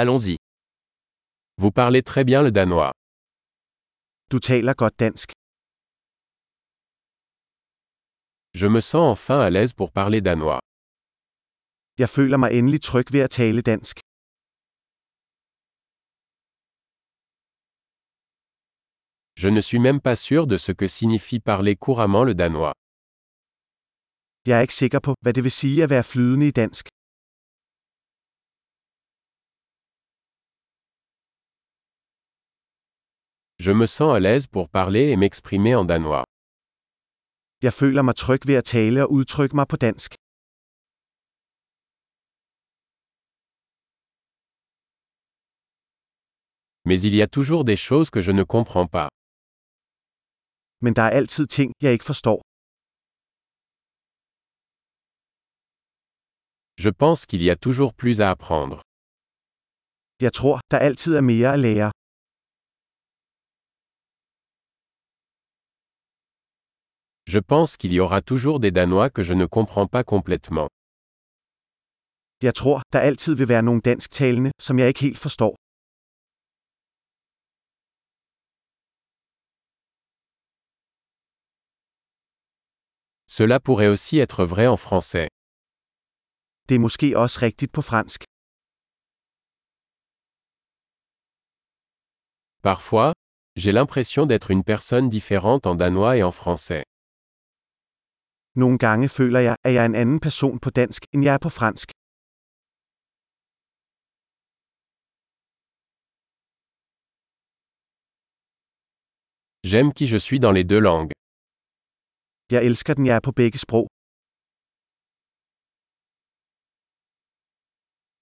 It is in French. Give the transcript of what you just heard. Allons-y. Vous parlez très bien le danois. Du taler godt dansk. Je me sens enfin à l'aise pour parler danois. Jeg føler mig endelig tryg ved at tale dansk. Je ne suis même pas sûr de ce que signifie parler couramment le danois. Jeg er ikke sikker på, hvad det vil sige at være flydende i dansk. Je me sens à l'aise pour parler et m'exprimer en danois. Jeg føler mig tryg ved at tale og udtrykke mig på dansk. Mais il y a toujours des choses que je ne comprends pas. Men der er altid ting, jeg ikke forstår. Je pense qu'il y a toujours plus à apprendre. Jeg tror, der altid er mere at lære. Je pense qu'il y aura toujours des Danois que je ne comprends pas complètement. Jeg tror, der altid vil være nogle dansktalende, som jeg ikke helt forstår. Cela pourrait aussi être vrai en français. Det er måske også rigtigt på fransk. Parfois, j'ai l'impression d'être une personne différente en danois et en français. Nogle gange føler jeg, at jeg er en anden person på dansk, end jeg er på fransk. J'aime qui je suis dans les deux langues. Jeg elsker den, jeg er på begge sprog.